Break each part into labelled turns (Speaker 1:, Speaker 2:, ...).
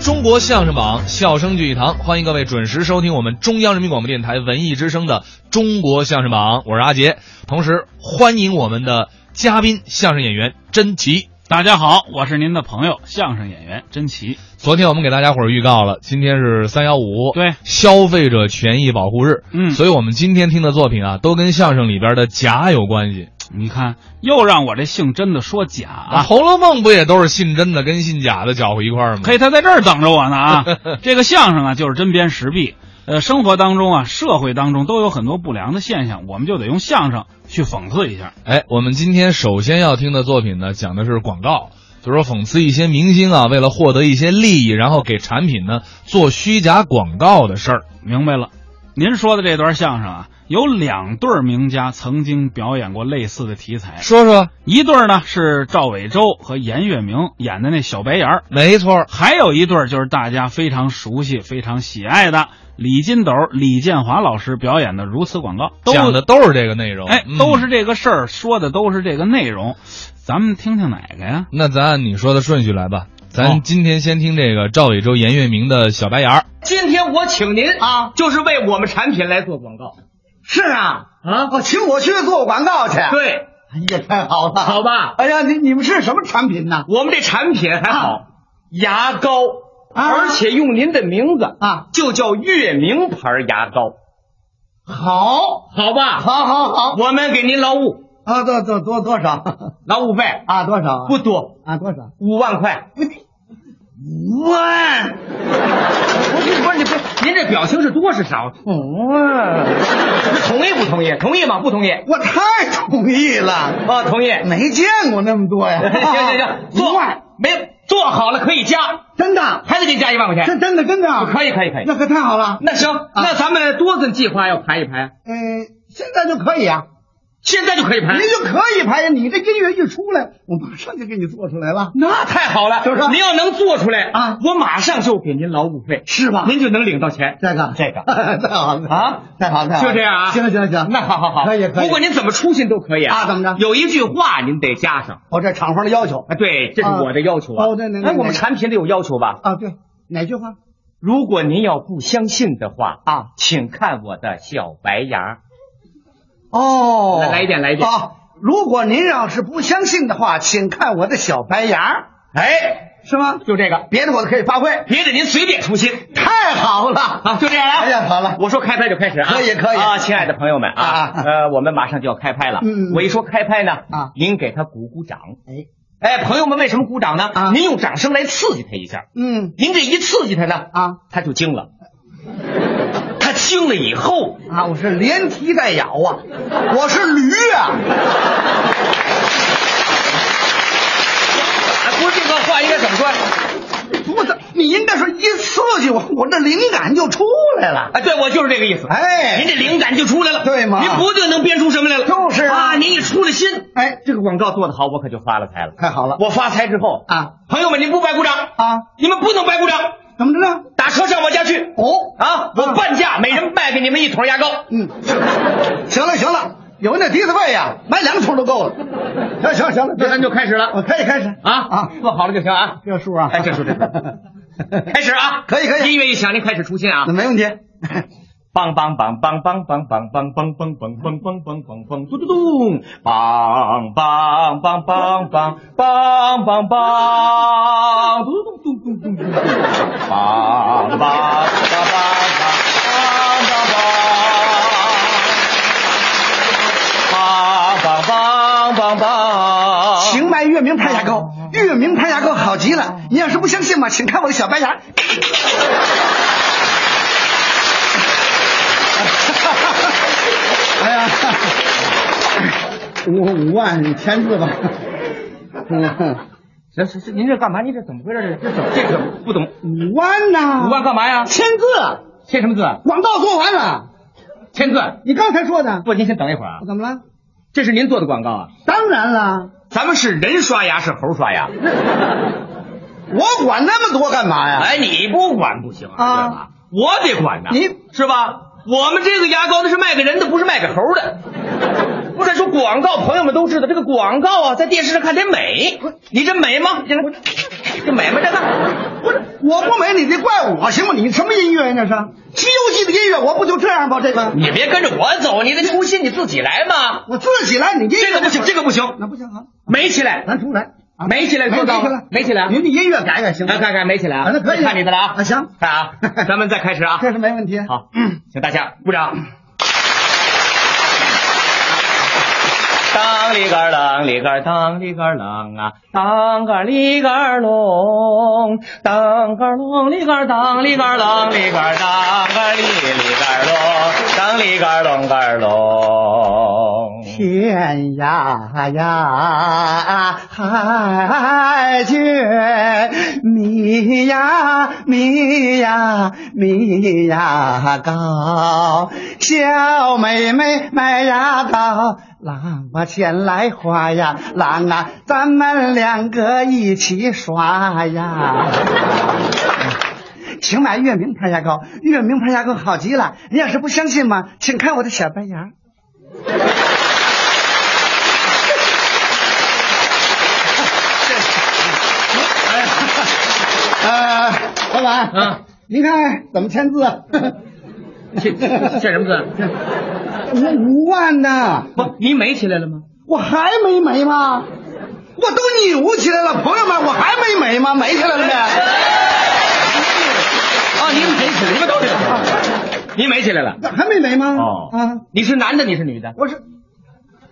Speaker 1: 中国相声榜，笑声聚一堂，欢迎各位准时收听我们中央人民广播电台文艺之声的《中国相声榜》，我是阿杰，同时欢迎我们的嘉宾相声演员甄奇。
Speaker 2: 大家好，我是您的朋友相声演员甄奇。
Speaker 1: 昨天我们给大家伙儿预告了，今天是三幺五，
Speaker 2: 对
Speaker 1: 消费者权益保护日，
Speaker 2: 嗯
Speaker 1: 所以我们今天听的作品啊，都跟相声里边的假有关系
Speaker 2: 你看，又让我这姓甄的说假啊！
Speaker 1: 红楼梦》不也都是信真的跟信假的搅和一块儿吗？
Speaker 2: 嘿，他在这儿等着我呢啊！这个相声啊，就是针砭时弊。呃，生活当中啊，社会当中都有很多不良的现象，我们就得用相声去讽刺一下。
Speaker 1: 哎，我们今天首先要听的作品呢，讲的是广告，就是说讽刺一些明星啊，为了获得一些利益，然后给产品呢做虚假广告的事儿。
Speaker 2: 明白了，您说的这段相声啊，有两对儿名家曾经表演过类似的题材，
Speaker 1: 说说，
Speaker 2: 一对儿呢是赵伟洲和严月明演的那小白眼儿，
Speaker 1: 没错儿，
Speaker 2: 还有一对儿就是大家非常熟悉、非常喜爱的李金斗、李建华老师表演的《如此广告》，都
Speaker 1: 讲的都是这个内容。
Speaker 2: 哎
Speaker 1: 嗯，
Speaker 2: 都是这个事儿，说的都是这个内容。咱们听听哪个呀？
Speaker 1: 那咱按你说的顺序来吧，
Speaker 2: 哦
Speaker 1: 咱今天先听这个赵伟洲、严月明的小白眼儿。
Speaker 3: 今天我请您
Speaker 4: 啊
Speaker 3: 就是为我们产品来做广告。
Speaker 4: 是啊，
Speaker 3: 啊
Speaker 4: 哦，请我去做广告去。，
Speaker 3: 对，
Speaker 4: 哎呀，太好了，
Speaker 3: 好吧
Speaker 4: 哎呀，你你们是什么产品呢？
Speaker 3: 我们这产品还好，
Speaker 4: 啊
Speaker 3: 牙膏，
Speaker 4: 啊
Speaker 3: 而且用您的名字
Speaker 4: 啊，
Speaker 3: 就叫月明牌牙膏，
Speaker 4: 好，
Speaker 3: 好吧？
Speaker 4: 好，好，好，
Speaker 3: 我们给您劳务，
Speaker 4: 啊，多多多多少
Speaker 3: 劳务费
Speaker 4: 啊？多少啊？
Speaker 3: 不多，
Speaker 4: 啊，多少？
Speaker 3: 五万块。
Speaker 4: 五万，
Speaker 3: 不是不是，不是您这表情是多是少？
Speaker 4: 五万，
Speaker 3: 同意不同意？同意吗？不 同意？
Speaker 4: 我太同意了，
Speaker 3: 啊，同意。
Speaker 4: 没见过那么多 呀！
Speaker 3: 行行行，
Speaker 4: 五
Speaker 3: 做
Speaker 4: 万，
Speaker 3: 没做好了可以加，
Speaker 4: 真的，
Speaker 3: 还得给你加一万块
Speaker 4: 真
Speaker 3: 钱。啊
Speaker 4: 真的真的，
Speaker 3: 哎可以可以可以
Speaker 4: 那啊可太好了。
Speaker 3: 那行，那咱们多次计划要排一排，
Speaker 4: 呃，现在就可以啊。
Speaker 3: 现在就可以排。
Speaker 4: 您就可以拍呀！你这音乐一出来，我马上就给你做出来了，
Speaker 3: 那太好了，
Speaker 4: 就是
Speaker 3: 您要能做出来
Speaker 4: 啊
Speaker 3: 我马上就给您劳务费，
Speaker 4: 是吧？
Speaker 3: 您就能领到钱。
Speaker 4: 这个
Speaker 3: 这个
Speaker 4: 太好了
Speaker 3: 啊！
Speaker 4: 太好了太好了，
Speaker 3: 就这样啊
Speaker 4: 行行行，
Speaker 3: 那好好好，
Speaker 4: 可以可以。
Speaker 3: 不过您怎么出信都可以
Speaker 4: 啊怎么着
Speaker 3: 有一句话您得加上
Speaker 4: 我这厂方的要求
Speaker 3: 啊，对，这是
Speaker 4: 啊
Speaker 3: 我的要求啊。
Speaker 4: 哦对对对
Speaker 3: 哎，
Speaker 4: 对
Speaker 3: 我们产品得有要求吧？
Speaker 4: 啊，对哪句话
Speaker 3: 如果您要不相信的话，
Speaker 4: 啊？
Speaker 3: 请看我的小白牙。
Speaker 4: 哦，
Speaker 3: 来来一遍来一遍
Speaker 4: 啊！如果您要是不相信的话，请看我的小白牙，
Speaker 3: 哎，
Speaker 4: 是吗？
Speaker 3: 就这个，
Speaker 4: 别的我都可以发挥，
Speaker 3: 别的您随便出信。
Speaker 4: 太好了
Speaker 3: 啊，就这样来。
Speaker 4: 哎呀好了
Speaker 3: 我说开拍就开始啊，
Speaker 4: 可以可以
Speaker 3: 啊，亲爱的朋友们啊，
Speaker 4: 啊啊
Speaker 3: 呃，我们马上就要开拍了。
Speaker 4: 嗯嗯
Speaker 3: 我一说开拍呢，
Speaker 4: 啊
Speaker 3: 您给他鼓鼓掌。
Speaker 4: 哎，
Speaker 3: 哎，朋友们为什么鼓掌呢？
Speaker 4: 啊
Speaker 3: 您用掌声来刺激他一下。
Speaker 4: 嗯
Speaker 3: 您这一刺激他呢，
Speaker 4: 啊
Speaker 3: 他就惊了。他惊了以后，
Speaker 4: 啊，我是连踢带咬啊，我是驴啊，
Speaker 3: 哎不是这个话应该怎么说？
Speaker 4: 不是，你应该说一刺激我，我这灵感就出来了。
Speaker 3: 哎，对我就是这个意思。
Speaker 4: 哎
Speaker 3: 您这灵感就出来了，
Speaker 4: 对嘛
Speaker 3: 您不定能编出什么来了。
Speaker 4: 就是啊
Speaker 3: 啊，您一出了心，
Speaker 4: 哎，
Speaker 3: 这个广告做得好，我可就发了财了。
Speaker 4: 太好了
Speaker 3: 我发财之后
Speaker 4: 啊，
Speaker 3: 朋友们，您不白鼓掌
Speaker 4: 啊
Speaker 3: 你们不能白鼓掌，
Speaker 4: 怎么着呢？
Speaker 3: 打车上我家去
Speaker 4: 哦
Speaker 3: 啊！我半价，每人卖给你们一桶牙膏。
Speaker 4: 嗯，行了行了，有那提子费呀，买两桶都够了。 行行行了，
Speaker 3: 那咱就开始了
Speaker 4: 我可以开始
Speaker 3: 啊
Speaker 4: 啊，
Speaker 3: 做好了就行 啊！
Speaker 4: 这数啊，
Speaker 3: 哎，这说这 开始啊！
Speaker 4: 可以可嗯以
Speaker 3: 音乐一响，您开始出新啊
Speaker 4: 那！没问题。
Speaker 3: 梆梆梆梆梆梆梆梆梆梆梆梆梆梆梆梆嘟嘟咚，梆梆梆梆梆梆梆梆，嘟嘟咚咚咚咚咚，梆梆梆梆梆梆梆梆梆梆梆梆梆，
Speaker 4: 行卖月明牌牙
Speaker 3: 啊
Speaker 4: 膏，月明牌牙膏好极了。你要是不相信嘛，请看我的小白牙。 哎 呀，五五万，你签字吧。
Speaker 3: 这这这，您这干嘛？您这怎么回事？这这怎么这怎么不懂？
Speaker 4: 五万呐，
Speaker 3: 五万干嘛呀？
Speaker 4: 签字，
Speaker 3: 签什么字？啊
Speaker 4: 广告做完了。
Speaker 3: 签字？
Speaker 4: 你刚才说的，
Speaker 3: 不，您先等一会儿啊。
Speaker 4: 怎么了？
Speaker 3: 这是您做的广告啊？
Speaker 4: 当然了，
Speaker 3: 咱们是人刷牙，是猴刷牙。
Speaker 4: 我管那么多干嘛呀？
Speaker 3: 哎，你不管不行
Speaker 4: 啊
Speaker 3: 对吧？我得管呐，
Speaker 4: 你
Speaker 3: 是吧？我们这个牙膏那是卖给人的，不是卖给猴的。不是说广告，朋友们都知道，这个广告啊，在电视上看得美。你这美吗？这个这美吗？这个
Speaker 4: 不是，我不美，没你得怪我行吗？你什么音乐呀？那是《西游记》的音乐，我不就这样吗？这个
Speaker 3: 你别跟着我走，你得重新你自己来嘛。
Speaker 4: 我自己来，你
Speaker 3: 这个不行，这个不行，
Speaker 4: 那不行啊，
Speaker 3: 没起来，
Speaker 4: 咱重来啊，
Speaker 3: 没起来，
Speaker 4: 没
Speaker 3: 做
Speaker 4: 起
Speaker 3: 到
Speaker 4: 来，
Speaker 3: 没起来啊。
Speaker 4: 您的音乐嗯改改行
Speaker 3: 来
Speaker 4: 吗？
Speaker 3: 看看，没起来啊
Speaker 4: 啊，那可以，
Speaker 3: 看你的了啊
Speaker 4: 啊，，行，
Speaker 3: 看 啊，咱们再开始啊。
Speaker 4: 这是嗯没问题。
Speaker 3: 好，请大家鼓掌。当里个儿啷里个儿当里个儿啷啊，当个儿里个儿隆，当个儿隆里个儿当里个儿啷里个儿当个儿里里个儿隆，当里个儿隆个儿隆。
Speaker 4: 天涯呀，海角，你呀，你呀，你呀高，小妹妹妹呀高，郎啊前来花呀，郎啊，咱们两个一起耍呀。请买月明牌牙膏，月明牌牙膏好极了。您要是不相信嘛，请看我的小白牙。呃，老板，
Speaker 3: 啊，
Speaker 4: 您看怎么签字？
Speaker 3: 这 这什么字？
Speaker 4: 五五万呢？
Speaker 3: 不，你美起来了吗？
Speaker 4: 我还没没吗？我都扭起来了，朋友们，我还没没吗？没起来了呗？
Speaker 3: 啊，你美起来，你们都 是，你美起来了。
Speaker 4: 这还没没吗？
Speaker 3: 哦
Speaker 4: 啊，
Speaker 3: 你是男的，你是女的？
Speaker 4: 我是，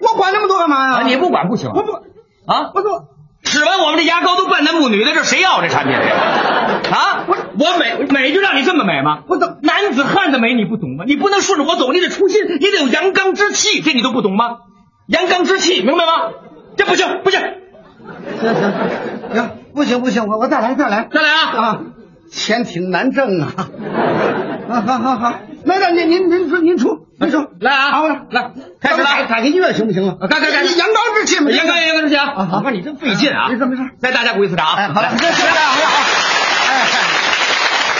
Speaker 4: 我管那么多干嘛呀？
Speaker 3: 啊，你不管不行啊。
Speaker 4: 我不，
Speaker 3: 啊，
Speaker 4: 我说
Speaker 3: 使完我们这牙膏都半男不女的，这谁要这产品？啊，我我美美就让你这么美吗？
Speaker 4: 我怎
Speaker 3: 男子汉的美你不懂吗？你不能顺着我走，你得初心，你得有阳刚之气，这你都不懂吗？阳刚之气，明白吗？这不行不行，
Speaker 4: 行行行，不行不行，我我再来再来
Speaker 3: 再来啊！
Speaker 4: 啊！钱挺难 挣啊！啊，好好好，没事，您您您出您出您出，
Speaker 3: 来啊
Speaker 4: 好，
Speaker 3: 来开始了
Speaker 4: 改改个音乐行不行啊？
Speaker 3: 啊改改改
Speaker 4: 阳刚之气嘛，
Speaker 3: 阳刚阳刚之气啊！
Speaker 4: 啊好
Speaker 3: 我看你真费劲啊！
Speaker 4: 没事没事，
Speaker 3: 来大家鼓一次掌啊！
Speaker 4: 哎，好了，
Speaker 3: 来
Speaker 4: 这这样好。哎，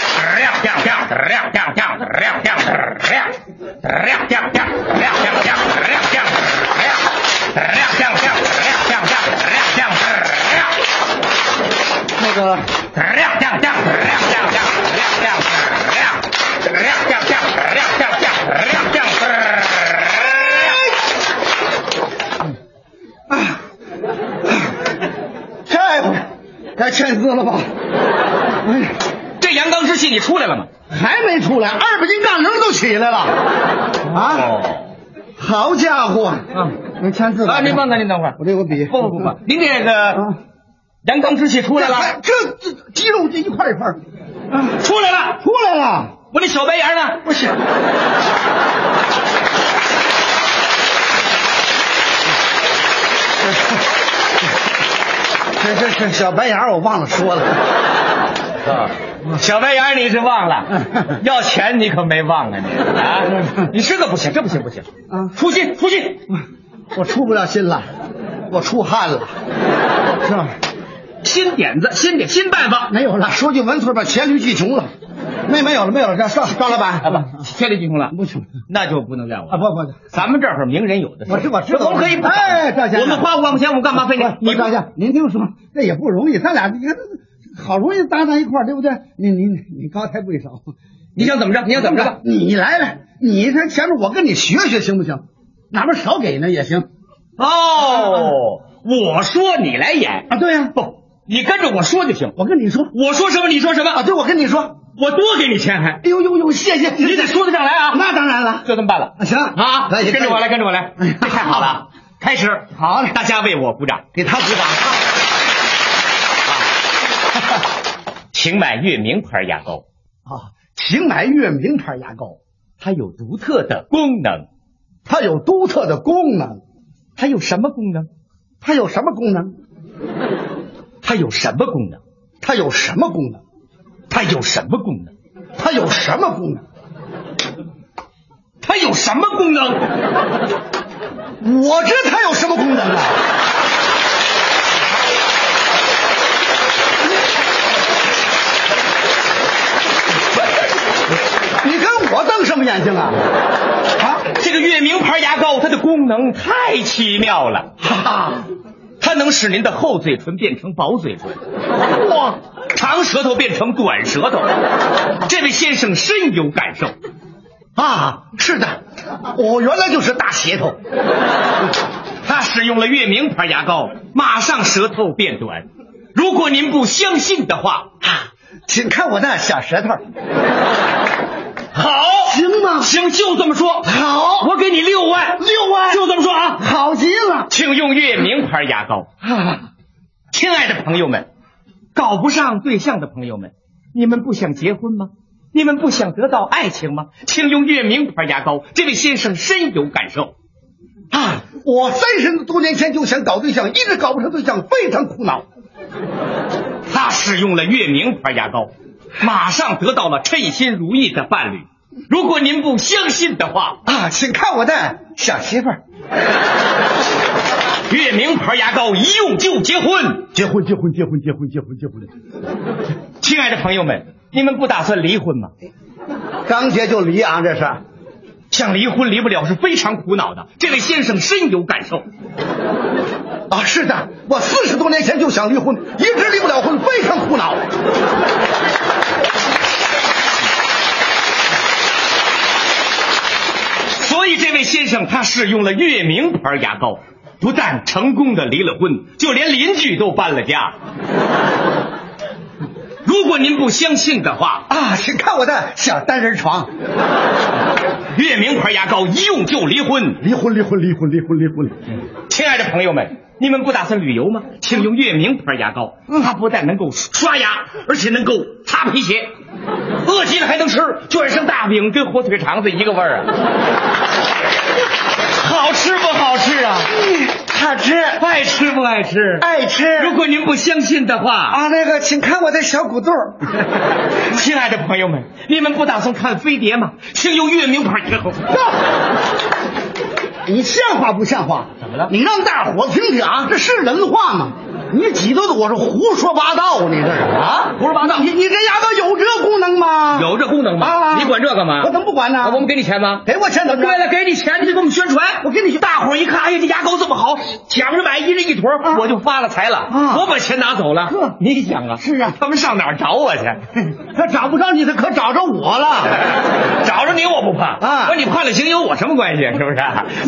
Speaker 4: 那个这会儿哎该签字了吧？哎呀，
Speaker 3: 这阳刚之气你出来了吗？
Speaker 4: 还没出来，二百斤杠铃都起来了啊！好家伙，
Speaker 3: 嗯
Speaker 4: 能签字吧
Speaker 3: 啊，您慢点，您等会儿。
Speaker 4: 我这有笔，
Speaker 3: 不不不不，您这个
Speaker 4: 啊
Speaker 3: 阳刚之气出来了，
Speaker 4: 哎这这这肌肉这一块一块儿啊，
Speaker 3: 出来了。
Speaker 4: 出来了。
Speaker 3: 我那小白牙呢？
Speaker 4: 不是， 这这这小白牙我忘了说了，
Speaker 3: 小白牙你是忘了
Speaker 4: 嗯，
Speaker 3: 要钱你可没忘啊你啊！你这个不行，这不行不行
Speaker 4: 嗯
Speaker 3: 出心出心，
Speaker 4: 我出不了心了，我出汗了，是吧？
Speaker 3: 新点子新点新办法
Speaker 4: 没有了，说句文词吧，黔驴技穷了，没没有了没有了，这赵赵老
Speaker 3: 啊！
Speaker 4: 板
Speaker 3: 不，确立进攻了，
Speaker 4: 不穷
Speaker 3: 那就不能这样
Speaker 4: 啊
Speaker 3: 了。
Speaker 4: 不不，
Speaker 3: 咱们这儿名人有的是，
Speaker 4: 我知我知道
Speaker 3: 我们可以不
Speaker 4: 哎赵先
Speaker 3: 我
Speaker 4: 生
Speaker 3: 们花五万块钱，我们干嘛非得
Speaker 4: 不
Speaker 3: 你
Speaker 4: 不赵家，您听我说，这也不容易，咱俩你看好容易搭在一块儿，对不对？你你你高抬贵手。
Speaker 3: 你想怎么着？你想怎么着？
Speaker 4: 你来来，你这前面我跟你学学行不行？哪怕少给呢也行
Speaker 3: 哦，我说你来演，
Speaker 4: 啊。对呀、
Speaker 3: 不，你跟着我说就行。
Speaker 4: 我跟你说
Speaker 3: 我说什么你说什么
Speaker 4: 啊，对，我跟你说，
Speaker 3: 我多给你钱还，
Speaker 4: 哎呦呦呦，谢谢，
Speaker 3: 你得说得上来啊。
Speaker 4: 那当然了，
Speaker 3: 就这么办了
Speaker 4: 啊行
Speaker 3: 啊！
Speaker 4: 可以
Speaker 3: 跟着我来，
Speaker 4: 可以
Speaker 3: 跟着我来，
Speaker 4: 哎呀
Speaker 3: 这 太好了，开始，
Speaker 4: 好嘞
Speaker 3: 大家为我鼓掌，
Speaker 4: 给他鼓掌。
Speaker 3: 请买月明牌牙膏，
Speaker 4: 啊，请买月明牌牙膏，
Speaker 3: 它有独特的功能，
Speaker 4: 它有独特的功能，
Speaker 3: 它有什么功能？
Speaker 4: 它有什么功能？
Speaker 3: 它有什么功能？
Speaker 4: 它有什么功能？
Speaker 3: 它有什么功能？
Speaker 4: 它有什么功能？
Speaker 3: 它有什么功能？
Speaker 4: 我知它有什么功能啊？你跟我瞪什么眼睛啊？啊，
Speaker 3: 这个月明牌牙膏，它的功能太奇妙了，
Speaker 4: 哈哈，
Speaker 3: 它能使您的厚嘴唇变成薄嘴唇，
Speaker 4: 哇，
Speaker 3: 长舌头变成短舌头，这位先生深有感受。
Speaker 4: 啊，是的，我原来就是大舌头。
Speaker 3: 他使用了月明牌牙膏，马上舌头变短。如果您不相信的话，
Speaker 4: 啊请看我那小舌头，
Speaker 3: 好，
Speaker 4: 行吗？
Speaker 3: 行，就这么说。
Speaker 4: 好
Speaker 3: 我给你六万，
Speaker 4: 六万
Speaker 3: 就这么说啊。
Speaker 4: 好极了
Speaker 3: 请用月明牌牙膏。
Speaker 4: 啊！
Speaker 3: 亲爱的朋友们，搞不上对象的朋友们，你们不想结婚吗？你们不想得到爱情吗？请用月明牌牙膏，这位先生深有感受。
Speaker 4: 啊，我三十多年前就想搞对象，一直搞不上对象，非常苦恼。
Speaker 3: 他使用了月明牌牙膏，马上得到了称心如意的伴侣。如果您不相信的话，
Speaker 4: 啊，请看我的小媳妇儿，
Speaker 3: 月明牌牙膏一用就结婚。
Speaker 4: 结婚，结婚，结婚，结婚，结婚，结婚。
Speaker 3: 亲爱的朋友们，你们不打算离婚吗？
Speaker 4: 刚结就离啊，这是。
Speaker 3: 想离婚离不了是非常苦恼的，这位先生深有感受。
Speaker 4: 啊，是的，我四十多年前就想离婚，一直离不了婚，非常苦恼。
Speaker 3: 所以这位先生他使用了月明牌牙膏，不但成功的离了婚，就连邻居都搬了家。如果您不相信的话，
Speaker 4: 啊，请看我的小单人床，
Speaker 3: 月明牌牙膏一用就离婚。
Speaker 4: 离婚，离婚，离婚，离婚，离婚。
Speaker 3: 亲爱的朋友们，你们不打算旅游吗？请用月明牌牙膏，
Speaker 4: 嗯
Speaker 3: 它不但能够刷牙，而且能够擦皮鞋。饿极了还能吃，卷上大饼跟火腿肠子一个味儿啊！好吃不好吃啊？
Speaker 4: 好吃，
Speaker 3: 爱吃不爱吃？
Speaker 4: 爱吃。
Speaker 3: 如果您不相信的话，
Speaker 4: 啊，那个，请看我的小鼓肚儿。
Speaker 3: 亲爱的朋友们，你们不打算看飞碟吗？请用月明牌牙膏。
Speaker 4: 你像话不像话？
Speaker 3: 怎么了
Speaker 4: 你让大伙听听啊，这是人话吗？你挤兑的我是胡说八道，你这是啊？
Speaker 3: 胡说八道
Speaker 4: 你你这牙膏有这功能吗？
Speaker 3: 有这功能吗？
Speaker 4: 啊
Speaker 3: 你管这干嘛？
Speaker 4: 我怎么不管呢
Speaker 3: 啊我们给你钱吗？
Speaker 4: 给我钱怎么着
Speaker 3: 对了，给你钱你就给我们宣传。我给你大伙儿一看，哎呀，这牙膏这么好，抢着买，一人一坨，
Speaker 4: 啊
Speaker 3: 我就发了财了。
Speaker 4: 啊
Speaker 3: 我把钱拿走了。
Speaker 4: 呵
Speaker 3: 你想啊，
Speaker 4: 是啊
Speaker 3: 他们上哪儿找 我去？
Speaker 4: 他找不着你，他可找着我了。
Speaker 3: 找着你我不怕
Speaker 4: 啊
Speaker 3: 说你怕了行有我什么关系？是不是？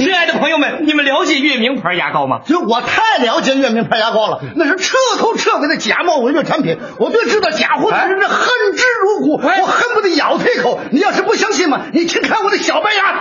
Speaker 3: 亲爱的朋友们，你们了解月明牌牙膏吗？
Speaker 4: 所以我太了解月明牌牙膏了，那是彻头彻尾的假冒伪劣产品。我对这个假货的人是恨之入骨，
Speaker 3: 哎
Speaker 4: 我恨 不得咬他一口。你要是不相信嘛，你请看我的小白牙。